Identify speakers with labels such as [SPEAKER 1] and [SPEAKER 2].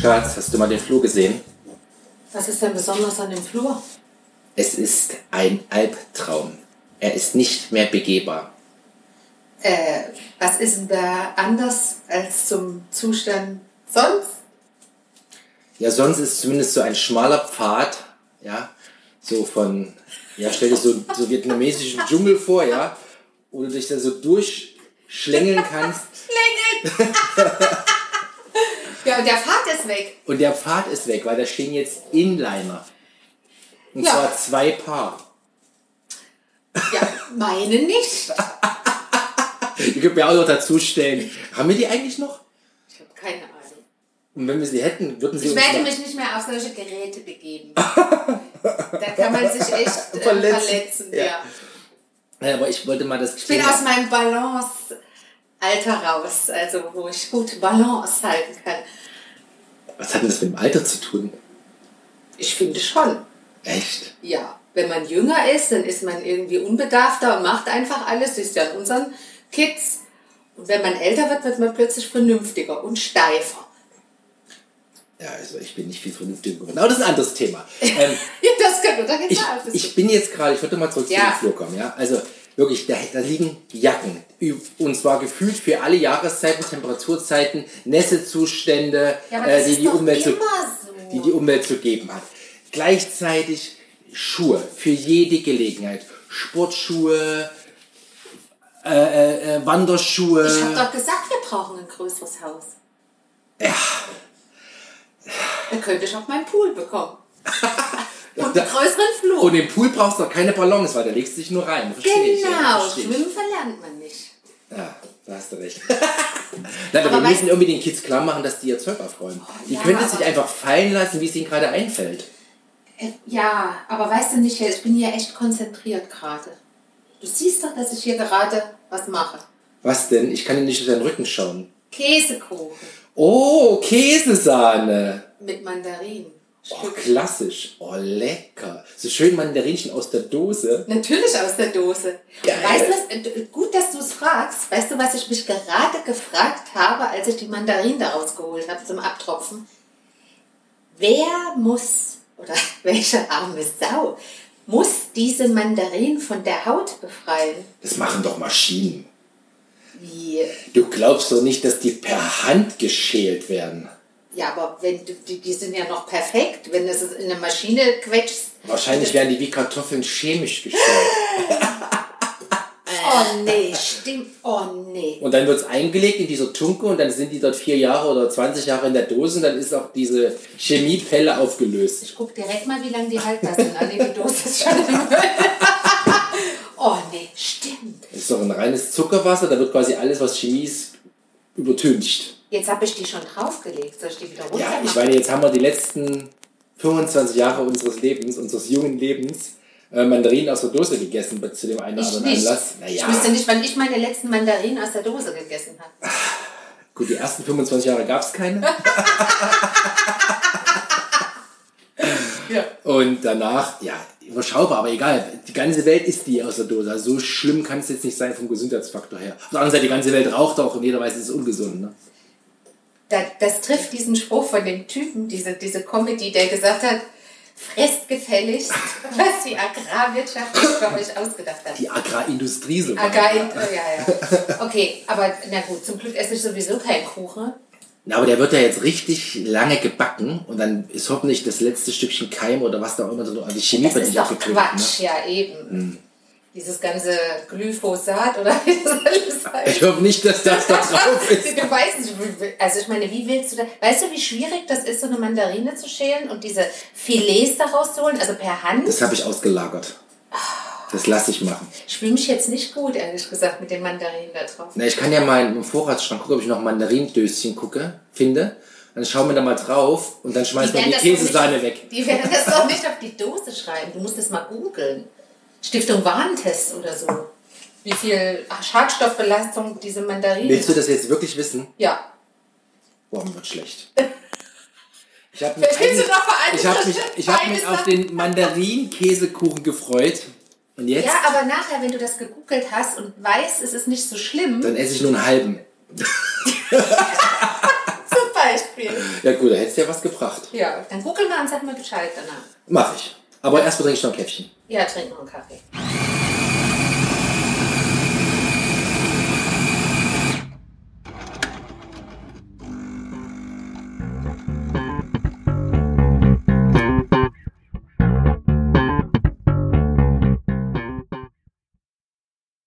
[SPEAKER 1] Schatz, hast du mal den Flur gesehen?
[SPEAKER 2] Was ist denn besonders an dem Flur?
[SPEAKER 1] Es ist ein Albtraum. Er ist nicht mehr begehbar.
[SPEAKER 2] Äh, was ist denn da anders als zum Zustand sonst?
[SPEAKER 1] Ja, sonst ist zumindest so ein schmaler Pfad, ja, so von, ja, stell dir so, so vietnamesischen Dschungel vor, ja, wo du dich da so durchschlängeln kannst.
[SPEAKER 2] Ja, und der Pfad ist weg.
[SPEAKER 1] Und der Pfad ist weg, weil da stehen jetzt Inliner. Und
[SPEAKER 2] Ja.
[SPEAKER 1] zwar zwei Paar.
[SPEAKER 2] Ja, meine nicht.
[SPEAKER 1] Die können wir auch noch dazustellen. Haben wir die eigentlich noch?
[SPEAKER 2] Ich habe keine Ahnung.
[SPEAKER 1] Und wenn wir sie hätten, würden sie
[SPEAKER 2] Ich
[SPEAKER 1] uns
[SPEAKER 2] werde
[SPEAKER 1] mal-
[SPEAKER 2] mich nicht mehr auf solche Geräte begeben. da kann man sich echt äh,
[SPEAKER 1] Verletzen.
[SPEAKER 2] verletzen. ja.
[SPEAKER 1] Ja. Ja, aber ich wollte mal das
[SPEAKER 2] Ich bin aus meinem Balance-Alter raus, also wo ich gut Balance halten kann.
[SPEAKER 1] Was hat denn das mit dem Alter zu tun?
[SPEAKER 2] Ich finde schon.
[SPEAKER 1] Echt?
[SPEAKER 2] Ja, wenn man jünger ist, dann ist man irgendwie unbedarfter und macht einfach alles. Das ist ja in unseren Kids. Und wenn man älter wird, wird man plötzlich vernünftiger und steifer.
[SPEAKER 1] Ja, also ich bin nicht viel vernünftiger geworden. Aber das ist ein anderes Thema. Ähm,
[SPEAKER 2] Ja, das könnte da
[SPEAKER 1] ich,
[SPEAKER 2] gesagt
[SPEAKER 1] ich bin jetzt gerade, ich wollte mal zurück zu
[SPEAKER 2] Ja.
[SPEAKER 1] dem Flur kommen, ja? Also wirklich, da, da liegen Jacken. Üb- Und zwar gefühlt für alle Jahreszeiten, Temperaturzeiten, Nässezustände, äh, die die Umwelt zu die die Umwelt zu geben hat. Gleichzeitig Schuhe für jede Gelegenheit. Sportschuhe, äh, äh, äh, Wanderschuhe.
[SPEAKER 2] Ich habe doch gesagt, wir brauchen ein größeres Haus. Ja. Da könnte ich auch meinen Pool bekommen. Und einen größeren Flur.
[SPEAKER 1] Und im Pool brauchst du auch keine Ballons, weil da legst du dich nur rein. Verstehe ich. Ja,
[SPEAKER 2] genau,
[SPEAKER 1] verstehe ich.
[SPEAKER 2] schwimmen verlernt man nicht.
[SPEAKER 1] Ja, da hast du recht. Nein, aber, Oh,
[SPEAKER 2] Aber
[SPEAKER 1] wir
[SPEAKER 2] weißt-
[SPEAKER 1] müssen irgendwie den Kids klar machen, dass die ihr Zeug aufräumen. Die
[SPEAKER 2] ja,
[SPEAKER 1] können es
[SPEAKER 2] aber-
[SPEAKER 1] sich einfach fallen lassen, wie es ihnen gerade einfällt.
[SPEAKER 2] Äh, Ja, aber weißt du nicht, ich bin hier echt konzentriert gerade. Du siehst doch, dass ich hier gerade was mache.
[SPEAKER 1] Was denn? Ich kann dir nicht in deinen Rücken schauen.
[SPEAKER 2] Käsekuchen
[SPEAKER 1] Oh, Käsesahne.
[SPEAKER 2] mit Mandarinen.
[SPEAKER 1] Oh, klassisch. Oh, lecker. So schön Mandarinchen aus der Dose.
[SPEAKER 2] Natürlich aus der Dose.
[SPEAKER 1] Geil.
[SPEAKER 2] Weißt du, was, äh, d- gut, dass du es fragst. Weißt du, was ich mich gerade gefragt habe, als ich die Mandarinen daraus geholt habe zum Abtropfen? Wer muss, oder welche arme Sau, muss diese Mandarinen von der Haut befreien?
[SPEAKER 1] Das machen doch Maschinen.
[SPEAKER 2] Wie?
[SPEAKER 1] Du glaubst doch nicht, dass die per Hand geschält werden.
[SPEAKER 2] Ja, aber wenn du- die, die sind ja noch perfekt, wenn du es in eine Maschine quetschst.
[SPEAKER 1] Wahrscheinlich werden die wie Kartoffeln chemisch geschält.
[SPEAKER 2] Oh nee, stimmt. Oh nee.
[SPEAKER 1] Und dann wird es eingelegt in dieser Tunke und dann sind die dort vier Jahre oder 20 Jahre in der Dose und dann ist auch diese Chemiepelle aufgelöst.
[SPEAKER 2] Ich guck direkt mal, wie lange die haltbar sind. Ah, nee, die Dose ist schon im Müll. Oh nee, stimmt.
[SPEAKER 1] Das ist doch ein reines Zuckerwasser, da wird quasi alles, was Chemie ist, übertüncht.
[SPEAKER 2] Jetzt habe ich die schon draufgelegt. Soll ich die wieder runter
[SPEAKER 1] Ja,
[SPEAKER 2] machen?
[SPEAKER 1] ich meine, jetzt haben wir die letzten 25 Jahre unseres Lebens, unseres jungen Lebens, äh, Mandarinen aus der Dose gegessen zu dem einen oder
[SPEAKER 2] ich
[SPEAKER 1] anderen
[SPEAKER 2] nicht.
[SPEAKER 1] Anlass.
[SPEAKER 2] Ich wüsste nicht, wann ich meine letzten Mandarinen aus der Dose gegessen habe.
[SPEAKER 1] Gut, die ersten 25 Jahre gab es keine.
[SPEAKER 2] Ja.
[SPEAKER 1] Und danach, ja, überschaubar, aber egal. Die ganze Welt ist die aus der Dose. Also so schlimm kann es jetzt nicht sein vom Gesundheitsfaktor her. Auf der anderen Seite, die ganze Welt raucht auch und jeder weiß, es ist ungesund. Ne?
[SPEAKER 2] Das, das trifft diesen Spruch von dem Typen, diese, diese Comedy, der gesagt hat, fresst gefälligst, was die Agrarwirtschaft sich für euch ausgedacht hat.
[SPEAKER 1] Die Agrarindustrie sogar.
[SPEAKER 2] Again, oh, ja, ja. Okay, aber na gut, zum Glück esse ich sowieso keinen Kuchen.
[SPEAKER 1] Na, aber der wird ja jetzt richtig lange gebacken und dann ist hoffentlich das letzte Stückchen Keim oder was da auch immer so, also die Chemie
[SPEAKER 2] Das
[SPEAKER 1] wird
[SPEAKER 2] ist
[SPEAKER 1] nicht
[SPEAKER 2] doch
[SPEAKER 1] abgetötet, ne? Mhm.
[SPEAKER 2] Quatsch, ja eben. Dieses ganze Glyphosat oder wie das alles heißt.
[SPEAKER 1] ne? Ich hoffe nicht, dass das da drauf ist.
[SPEAKER 2] Du weißt nicht, wie- also ich meine, wie willst du da, weißt du, wie schwierig das ist, so eine Mandarine zu schälen und diese Filets da rauszuholen, also per Hand?
[SPEAKER 1] Das habe ich ausgelagert. Das lasse ich machen.
[SPEAKER 2] Ich fühle mich jetzt nicht gut, ehrlich gesagt, mit den Mandarinen da drauf.
[SPEAKER 1] Na, ich kann ja mal im Vorratsschrank gucken, ob ich noch Mandarindöschen gucke, finde. Dann schauen wir da mal drauf und dann schmeißen wir die
[SPEAKER 2] das doch nicht-
[SPEAKER 1] Käsesahne weg.
[SPEAKER 2] Die werden das doch nicht auf die Dose schreiben. Du musst das mal googeln. Stiftung Warentest oder so. Wie viel Schadstoffbelastung diese Mandarinen.
[SPEAKER 1] Willst du das jetzt wirklich wissen?
[SPEAKER 2] Ja.
[SPEAKER 1] Boah, mir wird schlecht. Ich habe mich,
[SPEAKER 2] Vielleicht
[SPEAKER 1] eigentlich-
[SPEAKER 2] willst du noch mal eine
[SPEAKER 1] ich hab mich,
[SPEAKER 2] Schritte
[SPEAKER 1] ich hab mich
[SPEAKER 2] weiter.
[SPEAKER 1] auf den Mandarinkäsekuchen gefreut. Und jetzt?
[SPEAKER 2] Ja, aber nachher, wenn du das gegoogelt hast und weißt, es ist nicht so schlimm,
[SPEAKER 1] Dann esse ich nur einen halben.
[SPEAKER 2] zum Beispiel. Beispiel.
[SPEAKER 1] Ja gut, da hättest du ja was gebracht.
[SPEAKER 2] Ja, dann googeln wir und sagen mir Bescheid danach.
[SPEAKER 1] Mach ich. Aber erstmal trinke ich noch ein Käffchen.
[SPEAKER 2] Ja, trinken wir einen Kaffee.